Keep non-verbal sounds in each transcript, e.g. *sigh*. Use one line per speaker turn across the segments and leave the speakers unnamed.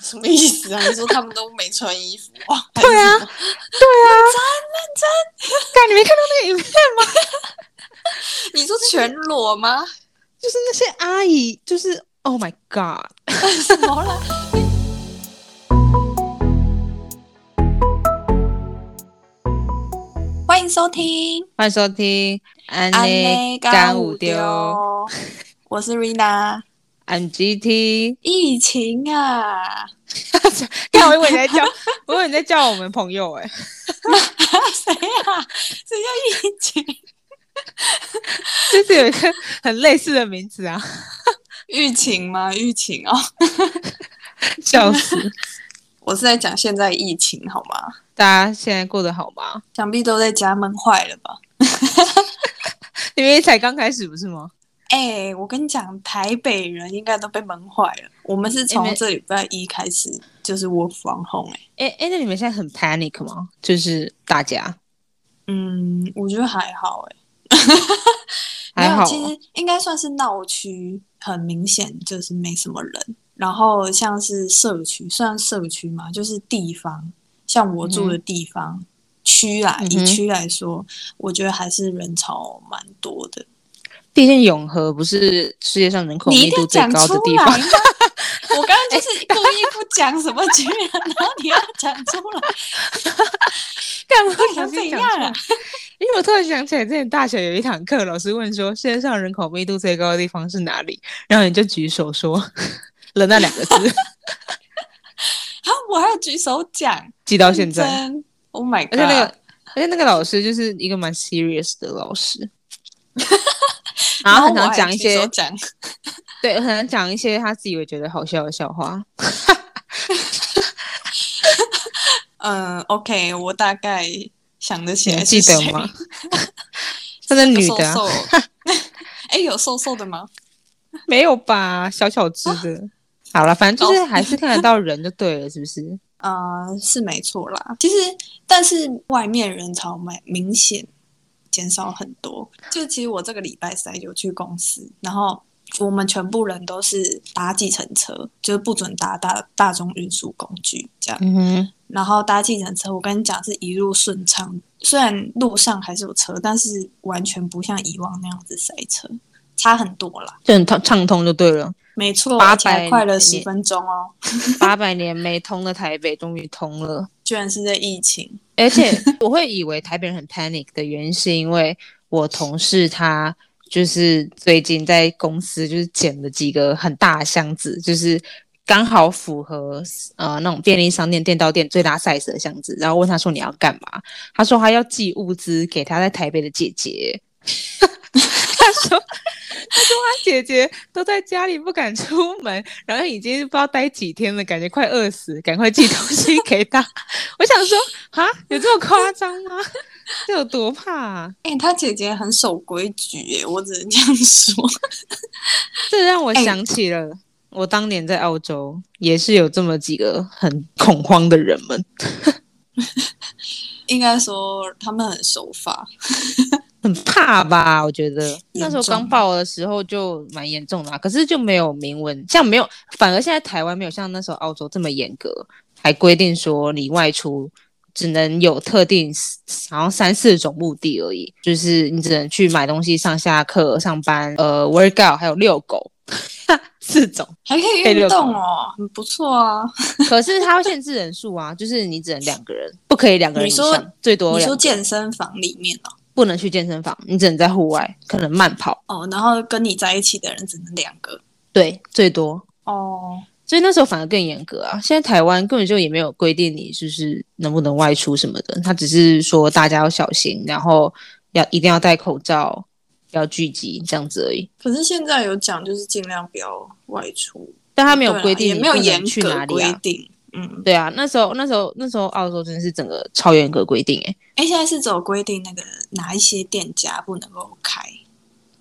什么意思啊？你说他们都没穿衣服
*laughs*
哇？
对啊，对 *laughs* 啊，干你没看到那个影片吗？
你说全裸吗？ *laughs*
就是那些阿姨，就是 Oh my God，
什么啦？ *laughs* 欢迎收听
欢迎收听安
安
内
内
干
干
五
五
丢
丢，
*laughs*
我是 Rina。
*laughs* ，MGT。
疫情啊， *laughs*
看我以为你在 *laughs* 叫，我以为你在叫我们朋友哎、
谁啊？谁叫疫
*laughs*
情？
*laughs* 就是有一个很类似的名字啊，
疫情吗？疫情哦，
笑死！
我是在讲现在疫情好吗？
*laughs* 大家现在过得好吗？
想必都在家闷坏了吧？
因为才刚开始不是吗？
哎、我跟你讲，台北人应该都被闷坏了。我们是
嗯因
从
为
这礼拜一开始就是 work from home 哎、
哎、哎、那你们现在很 panic 吗？就是大家
嗯，我觉得还好哎、没
还
有
好
其实应该算是闹区，很明显就是没什么人。然后像是社区，算社区嘛，就是地方，像我住的地方、区啦，
嗯哼
以区来说，我觉得还是人潮蛮多的。
毕竟永和不是世界上人口
你一
密
定
度
要
最
讲
高
出
的哎地
来
方，
吗？我刚刚
*laughs*
就是故意不讲什么区，然后你要讲出来，
*laughs* 干嘛
想
自己
怎
讲
样
出来
啊？
因为我突然想起来，之前大学有一堂课，老师问说世界上人口密度最高的地方是哪里，然后你就举手说 *laughs* 了那两个字，
啊，我还要举手讲，
记到现在。
认真，Oh my
而且那个
god！，
而且那个老师就是一个蛮 serious 的老
*laughs*
师，
然
然后
后我
很常
还
讲一
举
些
手讲，
对，很常讲一些他自己会觉得好笑的笑话。
嗯，OK，我大概想得起
你
来，
记得
*laughs*
吗？？真的女的啊、
瘦瘦 *laughs* 哎、有瘦瘦的吗？
没有吧？小小只的。好了，反正就是还是看得到人就对了，是不是？
啊、是没错啦。其实，但是外面人潮蛮明显减少很多。就其实我这个礼拜三有去公司，然后我们全部人都是搭计程车，就是不准搭大大众运输工具这样。
嗯哼，
然后搭计程车，我跟你讲是一路顺畅，虽然路上还是有车，但是完全不像以往那样子塞车，差很多啦。
就很畅畅通就对了。
没错，
800
而且还快了
年
十分钟哦，
八百年没通的台北终于通了，
居然是在疫情。
而且我会以为台北人很 panic 的原因，是因为我同事他就是最近在公司就是捡了几个很大的箱子，就是刚好符合呃那种便利商店店到店最大 size 的箱子，然后问他说你要干嘛？他说他要寄物资给他在台北的姐姐。 *laughs* 他说：“他说他姐姐都在家里不敢出门，然后已经不知道待几天了，感觉快饿死，赶快寄东西给他。”我想说，啊，有这么夸张吗？ *laughs* 这有多怕、啊？
哎、他姐姐很守规矩耶，我只能这样说。
这让我
哎
想起了、我当年在澳洲，也是有这么几个很恐慌的人们，
应该说他们很守法，
很怕吧？我觉得
严重
那时候刚爆的时候就蛮严重的啊、可是就没有明文，像没有，反而现在台湾没有像那时候澳洲这么严格，还规定说你外出。只能有特定好像三四种目的而已，就是你只能去买东西、上下课、上班、呃 workout，还有遛狗 *laughs* 四种。
还可以
被遛
运
狗
动哦，很不错啊。
可是它会限制人数啊，就是你只能两个人，不可以两个人以
你
上
说，
最多
你
两
说
个
健身房里面哦，
不能去健身房，你只能在户外，可能慢跑，
哦，然后跟你在一起的人只能两个
对，最多。
哦。
所以那时候反而更严格啊！现在台湾根本就也没有规定你就是能不能外出什么的，他只是说大家要小心，然后要一定要戴口罩，要聚集这样子而已。
可是现在有讲，就是尽量不要外出，
但他没有
对啊
规定
也
你
没有
不能
严
去哪
格
里
规
啊。
定。嗯，
对啊，那时候那时候那时候澳洲真的是整个超严格规定诶、
哎，现在是只有规定那个哪一些店家不能够开，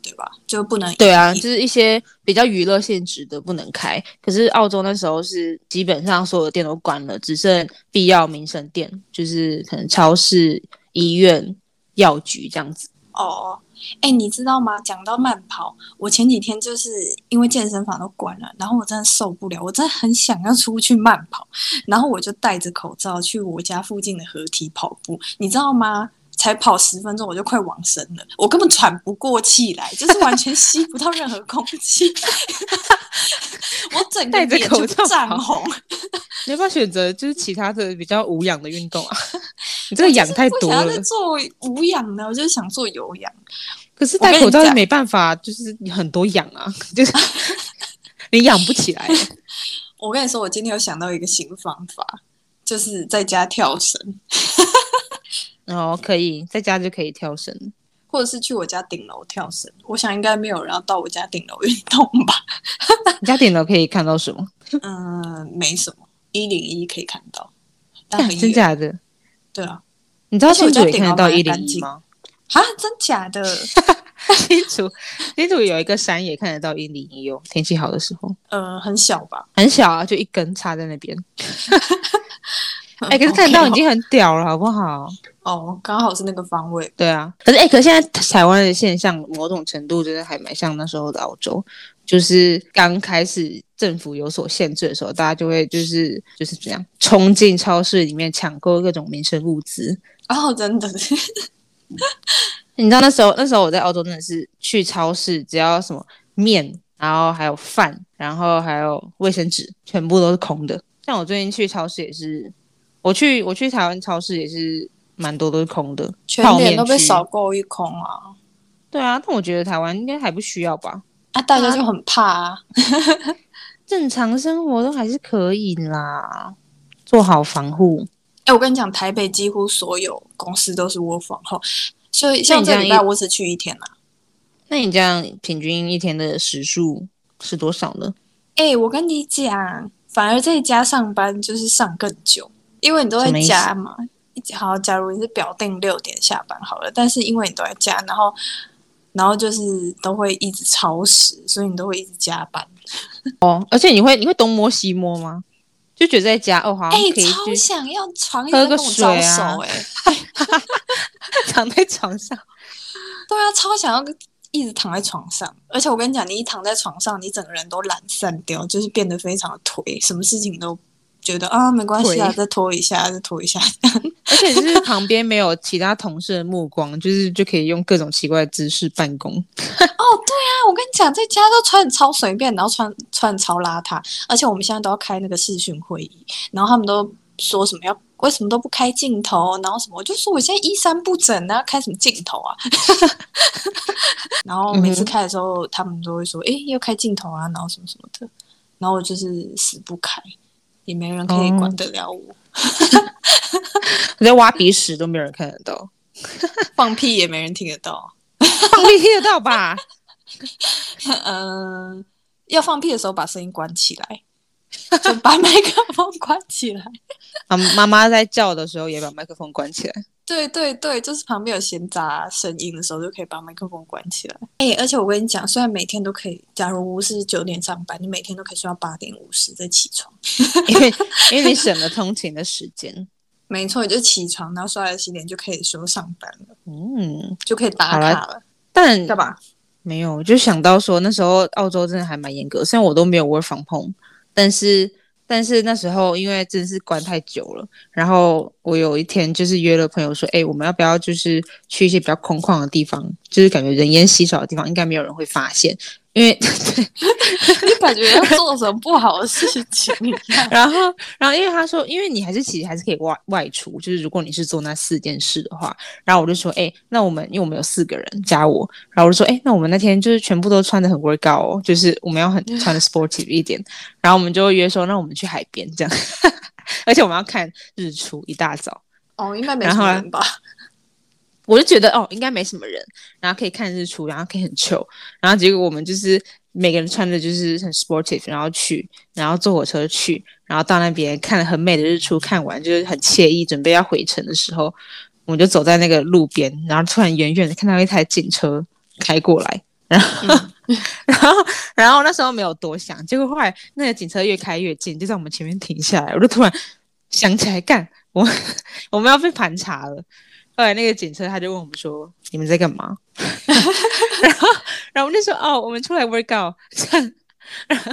对吧？就不能
对啊，
营
就是一些比较娱乐性质的不能开。可是澳洲那时候是基本上所有店都关了，只剩必要民生店，就是可能超市、医院、药局这样子。
哦，哎、你知道吗？讲到慢跑，我前几天就是因为健身房都关了，然后我真的受不了，我真的很想要出去慢跑，然后我就戴着口罩去我家附近的河堤跑步，你知道吗？才跑十分钟，我就快往生了，我根本喘不过气来，就是完全吸不到任何空气， *laughs* 我整个
戴着
脸
口
就
罩
涨
跑
红。
你要不要选择就是其他的比较无氧的运动啊？ *laughs* 你这个
我就
氧
是
太
不
多
想要
了
再。做无氧的，我就是想做有氧。
可是
我跟
戴口
你
罩也
讲
没办法，就是你很多氧啊，就是 *laughs* 你养不起来。
我跟你说，我今天有想到一个新方法，就是在家跳绳，
哦，可以在家就可以跳绳。
或者是去我家顶楼跳绳。我想应该没有人要到我家顶楼运动吧？
你家顶楼可以看到什么？
嗯，没什么，一零一可以看到，但
干
很
啊真
远。
假的？
对啊，
你知道
而且我
新
觉
竹
得
也看
顶
得
楼
到
蛮
一零
干
一
净
*laughs* 吗？
啊，真假的？
新竹新竹有一个山也看得到一零一哦，天气好的时候。嗯
呃，很小吧？
很小啊，就一根插在那边。 *laughs* 哎、可是
OK
看得到
哦
已经很屌了，好不好？
*laughs* 哦，刚好是那个方位。
对啊，可是哎、可是现在台湾的现象，某种程度真的还蛮像那时候的澳洲，就是刚开始政府有所限制的时候，大家就会就是就是怎样冲进超市里面抢购各种民生物资。
哦，真的，
你知道那时候那时候我在澳洲真的是去超市，只要什么面，然后还有饭，然后还有卫生纸，全部都是空的。像我最近去超市也是，我去我去台湾超市也是蛮多都是空的，
全
泡面
脸都被
区
扫。购一空啊！
对啊，但我觉得台湾应该还不需要吧，
啊，大家就很怕啊。
正常生活都还是可以啦，做好防护。
哎、我跟你讲，台北几乎所有公司都是 work from home，所以
那
像
你
这
这样
礼
一
拜我只去一天啊啦、
那你这样平均一天的时数是多少呢？
哎、我跟你讲，反而在家上班就是上更久，因为你都
什么
在
意思
家嘛。好，假如你是表定六点下班好了，但是因为你都在家，然后然后就是都会一直超时，所以你都会一直加班。
哦，而且你会你会东摸西摸吗？就觉得在家哦，好
哎、
像可以
超
就
想要床
喝
有
个
跟我招
水
手
啊
哎、
*laughs* 躺在床上，
对啊，超想要一直躺在床上，而且我跟你讲，你一躺在床上，你整个人都懒散掉，就是变得非常的颓，什么事情都觉得啊没关系啊，
颓
再拖一下，再拖一下。
而且就是旁边没有其他同事的目光，就是就可以用各种奇怪的姿势办公。
哦，对啊，我跟你讲，在家都穿得超随便，然后穿穿得超邋遢，而且我们现在都要开那个视讯会议，然后他们都说什么要为什么都不开镜头，然后什么，我就说我现在衣衫不整啊，开什么镜头啊？ *laughs* 然后每次
嗯哼
开的时候，他们都会说，诶，要开镜头啊，然后什么什么的，然后我就是死不开，也没人可以
哦
管得了我，
我在挖鼻屎都没有人看得到，
放屁也没人听得到。 *laughs*
放屁听得到吧？
嗯，要放屁的时候把声音关起来， *laughs* 就把麦克风关起来。
啊，妈妈在叫的时候也把麦克风关起来。
对对对，就是旁边有闲杂声音的时候，就可以把麦克风关起来。哎、而且我跟你讲，虽然每天都可以，假如我是九点上班，你每天都可以睡到八点五十再起床。
因为因为你省了通勤的时间。
没错，你就起床，然后刷牙洗脸就可以说上班了，
嗯，
就可以打
好啦
卡了，
但
干嘛？
没有，我就想到说那时候澳洲真的还蛮严格，虽然我都没有 work from home，但是但是那时候因为真的是关太久了，然后我有一天就是约了朋友说，哎、我们要不要就是去一些比较空旷的地方，就是感觉人烟稀少的地方，应该没有人会发现，因为。
你感觉要做什么不好的事情一样
然后，然后因为他说，因为你还是其实还是可以外外出，就是如果你是做那四件事的话，然后我就说，哎、那我们因为我们有四个人加我，然后我就说，哎、那我们那天就是全部都穿的很 workout，、哦、就是我们要很穿的 sportive 一点，然后我们就约说，那我们去海边这样， *laughs* 而且我们要看日出，一大早。
*laughs* 哦，应该没
然
什
后
么
啊
人吧？
我就觉得哦，应该没什么人，然后可以看日出，然后可以很 chill，然后结果我们就是每个人穿的就是很 sportive，然后去，然后坐火车去，然后到那边看了很美的日出，看完就是很惬意，准备要回程的时候，我们就走在那个路边，然后突然远远的看到一台警车开过来，然后、 *laughs* 然后然后那时候没有多想，结果后来那个警车越开越近，就在我们前面停下来，我就突然想起来，干我我们要被盘查了。后来那个警车他就问我们说：“你们在干嘛？” *laughs* 然后，然后我们就说：“哦，我们出来 work out。”这 *laughs* 样，然后，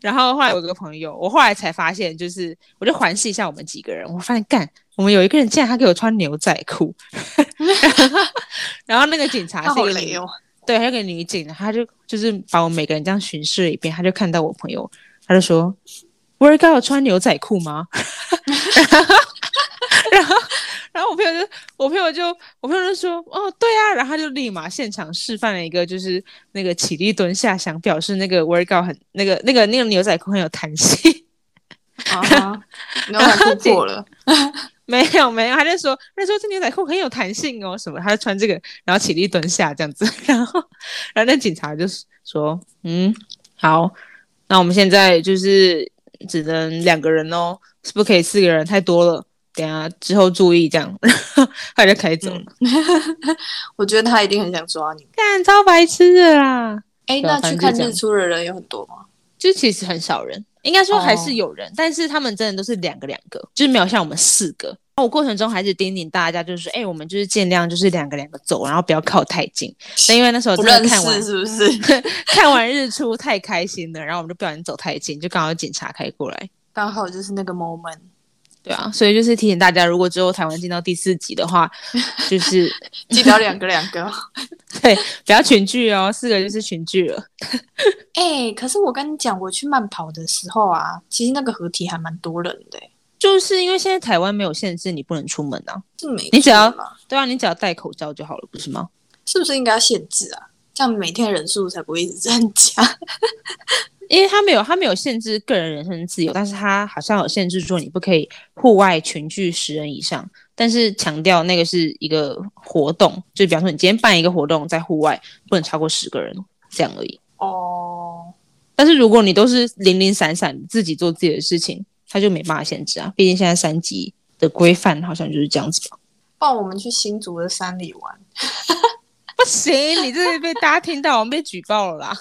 然后后来我有个朋友，我后来才发现，就是我就环视一下我们几个人，我发现干，我们有一个人竟然他给我穿牛仔裤， *laughs* 然后然后那个警察
他
是
好
一个
雷
女，
哦，
对，那个女警，她就就是把我们每个人这样巡视了一遍，她就看到我朋友，她就说：“work out 穿牛仔裤吗？” *laughs* 然后，然后我朋友就，我朋友就，我朋友就说：“哦，对啊。”然后他就立马现场示范了一个，就是那个起立蹲下，想表示那个 work out 很那个那个那个牛仔裤很有弹性。
啊哈，牛仔
后
裤破
*laughs*
了，
没有没有，他就说他就说这牛仔裤很有弹性哦，什么，他就穿这个，然后起立蹲下这样子， *laughs* 然后然后那警察就说，嗯，好，那我们现在就是只能两个人哦，是不可以四个人，太多了，等一下之后注意这样， *laughs* 然后他就开走了，
我觉得他一定很想抓你。
干、超白痴的啦，
哎，
对啊
那去
反
看
正就这样
日出的人有很多吗？
就其实很少人，应该说还
哦
是有人，但是他们真的都是两个两个，就是没有像我们四个。然后我过程中还是叮咛大家，就是说，哎、我们就是尽量就是两个两个走，然后不要靠太近。但因为那时候
不
真
认
的看完
识是不是？
*laughs* 看完日出太开心了，然后我们就不小心走太近，就刚好警察开过来。
刚好就是那个 moment，
对啊，所以就是提醒大家，如果之后台湾进到第四集的话，
*laughs*
就是
记得要两个两个哦。
对不要群聚哦，四个就是群聚了。
*laughs* 哎、可是我跟你讲，我去慢跑的时候啊，其实那个合体还蛮多人的、欸，
就是因为现在台湾没有限制你不能出门啊，
这没
你只要
错啦
对啊，你只要戴口罩就好了，不是吗？
是不是应该要限制啊？这样每天人数才不会一直增加。 *laughs*
因为他没有他没有限制个人人身自由，但是他好像有限制说你不可以户外群聚十人以上，但是强调那个是一个活动，就比方说你今天办一个活动在户外不能超过十个人这样而已。
哦，
但是如果你都是零零散散自己做自己的事情，他就没办法限制啊，毕竟现在三级的规范好像就是这样子吧。
不然我们去新竹的山里玩。
不行，你这是被大家听到，我们被举报了啦。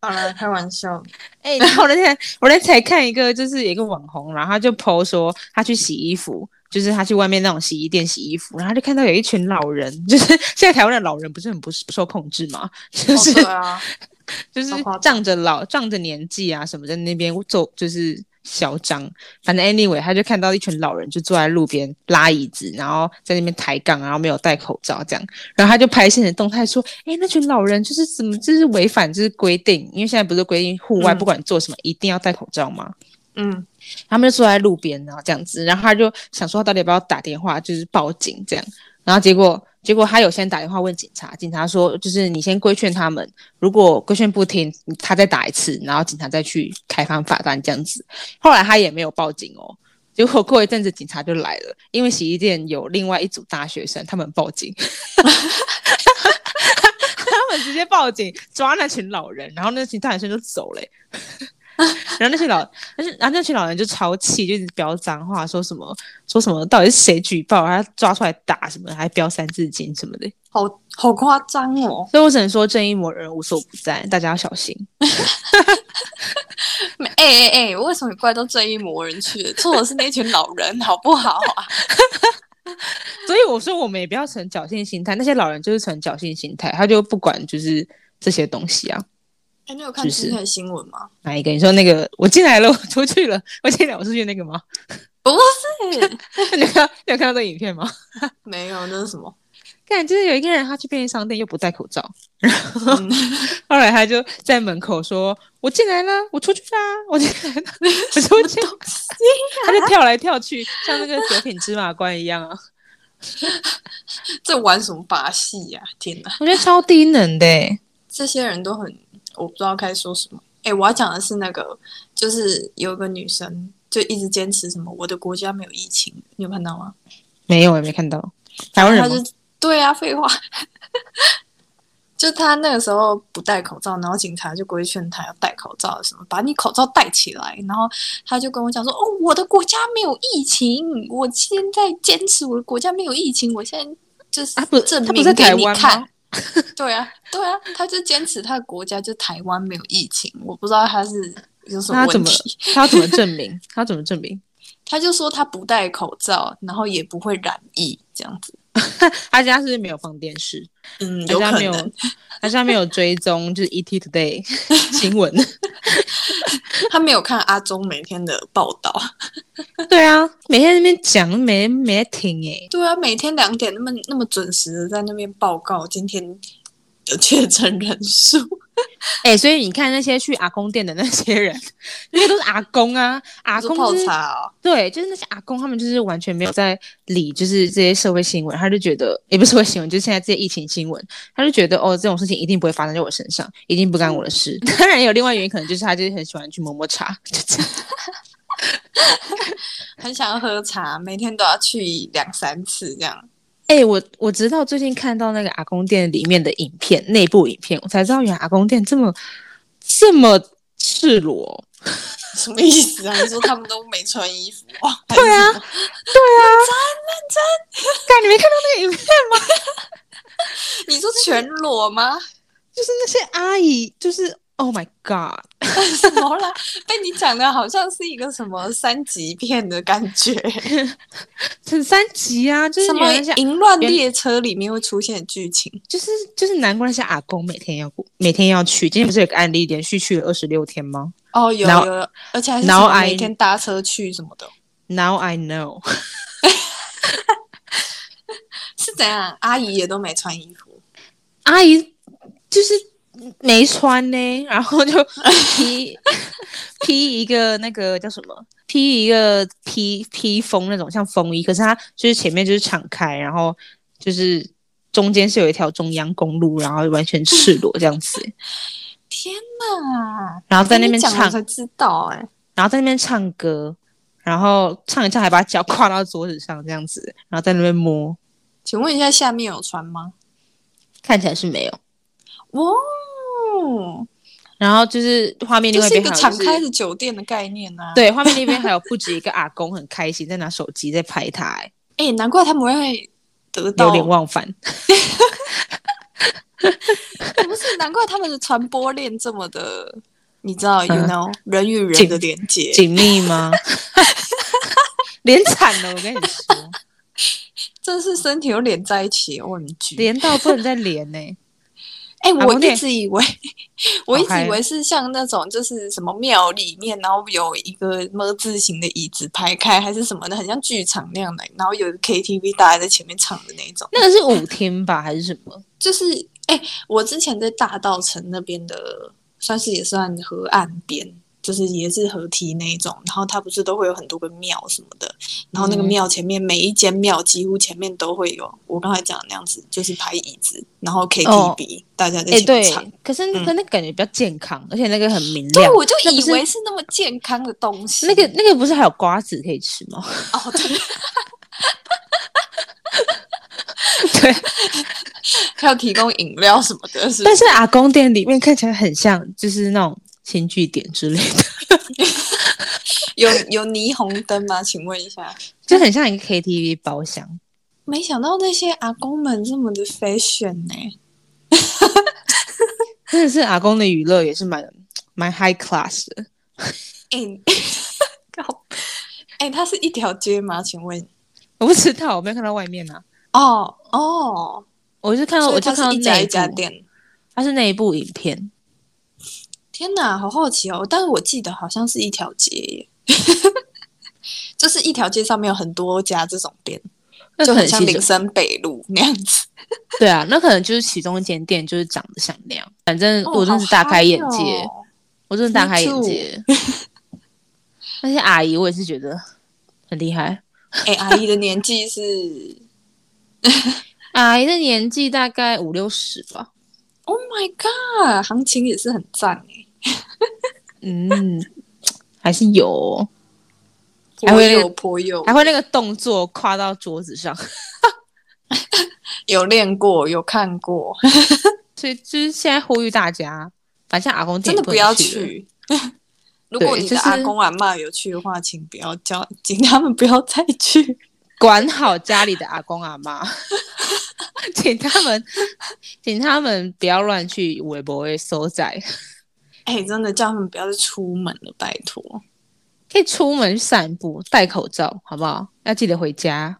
好了，开玩笑。
哎、然后我那天我那天才看一个，就是有一个网红，然后他就 PO 说他去洗衣服，就是他去外面那种洗衣店洗衣服，然后他就看到有一群老人，就是 *laughs* 现在台湾的老人不是很不不受控制吗？ *laughs* 就是、
哦，对啊，
就是
好夸张
仗着老仗着年纪啊什么在那边做就是嚣张，反正 anyway 他就看到一群老人就坐在路边拉椅子，然后在那边抬杠，然后没有戴口罩这样，然后他就拍现实动态说，哎、那群老人就是怎么就是违反就是规定，因为现在不是规定户外
嗯
不管做什么、一定要戴口罩吗？
嗯，
他们就坐在路边，然后这样子，然后他就想说他到底要不要打电话，就是报警这样，然后结果结果他有先打电话问警察，警察说就是你先规劝他们，如果规劝不听，他再打一次，然后警察再去开方罚单这样子。后来他也没有报警哦。结果过一阵子警察就来了，因为洗衣店有另外一组大学生，他们报警， *laughs* 他们直接报警抓那群老人，然后那群大学生就走了欸、 *laughs* 然后那些老，但是然啊后那群老人就超气，就一直飙脏话，说什么说什么，到底是谁举报，然后他抓出来打什么，还飙三字经什么的。
好好夸张哦。
所以我只能说，正义魔人无所不在，大家要小心。
没哎哎哎，为什么你怪到正义魔人去了？错的是那群老人，好不好啊？
所以我说，我们也不要存侥幸心态，那些老人就是存侥幸心态，他就不管就是这些东西啊。
*laughs* 哎、你有看
是
今天的新闻吗？
哪一个？你说那个我进来了，我出去了，我进来我出去那个吗？ *laughs*
不是，
你有看到你有看到这影片吗？
*laughs* 没有，那是什么？
看，就是有一个人他去便利商店又不戴口罩，
嗯
后来他就在门口说：“我进来了，我出去啦，我进来了， *laughs* 我出去。他就跳来跳去，像那个九品芝麻官一样啊！
这玩什么把戏呀、天哪，
我觉得超低能的、欸。
这些人都很，我不知道该说什么。哎、我要讲的是那个，就是有一个女生就一直坚持什么我的国家没有疫情，你有看到吗？
没有，我也没看到。台湾人
她
吗
就对啊，废话， *laughs* 就她那个时候不戴口罩，然后警察就规劝她要戴口罩，什么把你口罩戴起来，然后她就跟我讲说，哦，我的国家没有疫情，我现在坚持我的国家没有疫情，我现在就是
啊，不，
证
他不
明
是
给
台
你
湾
看
吗。？
对啊，对啊，他就坚持他的国家就台湾没有疫情，我不知道他是有什么
那他
问
怎么
题。
他要怎么证明？他要怎么证明？
他就说他不戴口罩，然后也不会染疫这样子。
他家是不是没有放电视？
嗯，
他
有
家
可
没有
能，
他家没有追踪就是 ET Today
*laughs*
新闻。
他没有看阿中每天的报道。
对啊，每天在那边讲，没没在听哎、
对啊，每天两点那么那么准时的在那边报告今天的确诊人数。
*laughs* 哎、所以你看那些去阿公店的那些人，那些都是阿公啊，阿
他
公、
说
就
泡
是、
茶哦，
对，就是那些阿公，他们就是完全没有在理，就是这些社会新闻，他就觉得也不是社会新闻，就是现在这些疫情新闻，他就觉得哦，这种事情一定不会发生在我身上，一定不干我的事。
嗯
*laughs* 当然也有另外原因，可能就是他就是很喜欢去摸摸茶，就这样。
很想要喝茶，每天都要去两三次这样。
哎、我我直到最近看到那个阿公店里面的影片，内部影片，我才知道原来阿公店这么这么赤裸。 *laughs*
什么意思啊？你说他们都没穿衣服？
*laughs*
对啊，
干，你没看到那个影片？
你说全裸吗？
就是那些阿姨，就是 Oh my God！
*laughs* 什么啦？被你讲的好像是一个什么三级片的感觉，
很三级啊，就是
什
原
么
来那些
淫乱列车里面会出现的剧情。
就是就是难怪那些阿公每天要过，每天要去。今天不是有个案例，连续去了二十六天吗
哦，有
然后
有，有而且还是
然后
什么
还
每天搭车去什么的，
？Now I know，
是怎样？阿姨也都没穿衣服，
*laughs* 阿姨就是没穿呢，然后就披 *laughs* 披一个那个叫什么？披一个披披风那种像风衣，可是它就是前面就是敞开，然后就是中间是有一条中央公路，然后完全赤裸这样子，
天哪！
然后在那
跟
边
你讲
唱
我才知道、哎，
然后在那边唱歌，然后唱一唱还把脚跨到桌子上这样子，然后在那边摸，
请问一下，下面有穿吗？
看起来是没有。
哦，
然后就是画面
就
另外一
是一
边
个
还有
敞
就是
开的酒店的概念呢、啊。，
对，画面那边还有不止一个阿公很开心在拿手机在拍他、欸，
哎、难怪他们会得
流
到，
连忘返。
*laughs* 不是难怪他们的传播链这么的，你知道、y o u
嗯
know，人与人
紧
的连接。
紧密吗？ *laughs* 连惨了，我跟你说，
真是身体又连在一起，O M G！
连到不能再连呢、欸
哎、
啊
我
不对
一直以为， *laughs* 我一直
嗨
以为是像那种就是什么庙里面，然后有一个么字形的椅子排开，还是什么的，很像剧场那样的，然后有 K T V 大家在前面唱的那一种。
那个是舞厅吧，还是什么？
就是哎、我之前在大道城那边的，算是也算河岸边。就是也是河堤那一种，然后它不是都会有很多个庙什么的，然后那个
嗯
庙前面、每一间庙几乎前面都会有我刚才讲的那样子，就是排椅子，然后 KTV、大家在
哎、
前
对
面唱。，
可是
嗯
可那感觉比较健康，而且那个很明
对，
亮。
我就
那不
以
是
为是那么健康的东西。
那个那个不是还有瓜子可以吃吗？
哦，对，
对，
还有提供饮料什么的，是不
但
是
是阿公店里面看起来很像，就是那种新据点之类 *laughs* 的，
有有霓虹灯吗？请问一下。
就很像一个 KTV 包厢。
没想到那些阿公们这么的 fashion 呢、
真的是阿公的娱乐也是蛮蛮 high class 的，
哎、 *laughs* 靠！哎、它是一条街吗？请问？
我不知道，我没有看到外面啊，
哦哦，
我就看到
所以
我
它
就是看到
一家
那
一家
部，
店。
它是那一部影片，
天哪，好好奇哦！但是我记得好像是一条街耶， *laughs* 就是一条街上面有很多家这种店，
那
就
可能
很像
其
林
实
森北路那样子。
对啊，那可能就是其中一间店就是长得像那样，反正
哦
嗯我真的是大开眼界，
好嗨哦
我真的大开
Me
眼
too
界， *laughs* 那些阿姨我也是觉得很厉害。
哎、阿姨的年纪是
阿姨的年纪大概五六十吧。
，Oh my god，行情也是很赞哎、
嗯，还是有哦、还
颇
会
有颇有，
还会那个动作跨到桌子上， *laughs*
有练过，有看过，
所以就是现在呼吁大家，反正阿公
真
店
的
也
不要
能去了。 *laughs*
去。如果
对
你
就
的
是
阿公阿妈有去的话，请不要叫，请他们不要再去。
管好家里的阿公阿妈， *laughs* 请他们，请他们不要乱去微博会收窄。
哎、真的叫他们不要再出门了，拜托。
可以出门散步，戴口罩，好不好？要记得回家。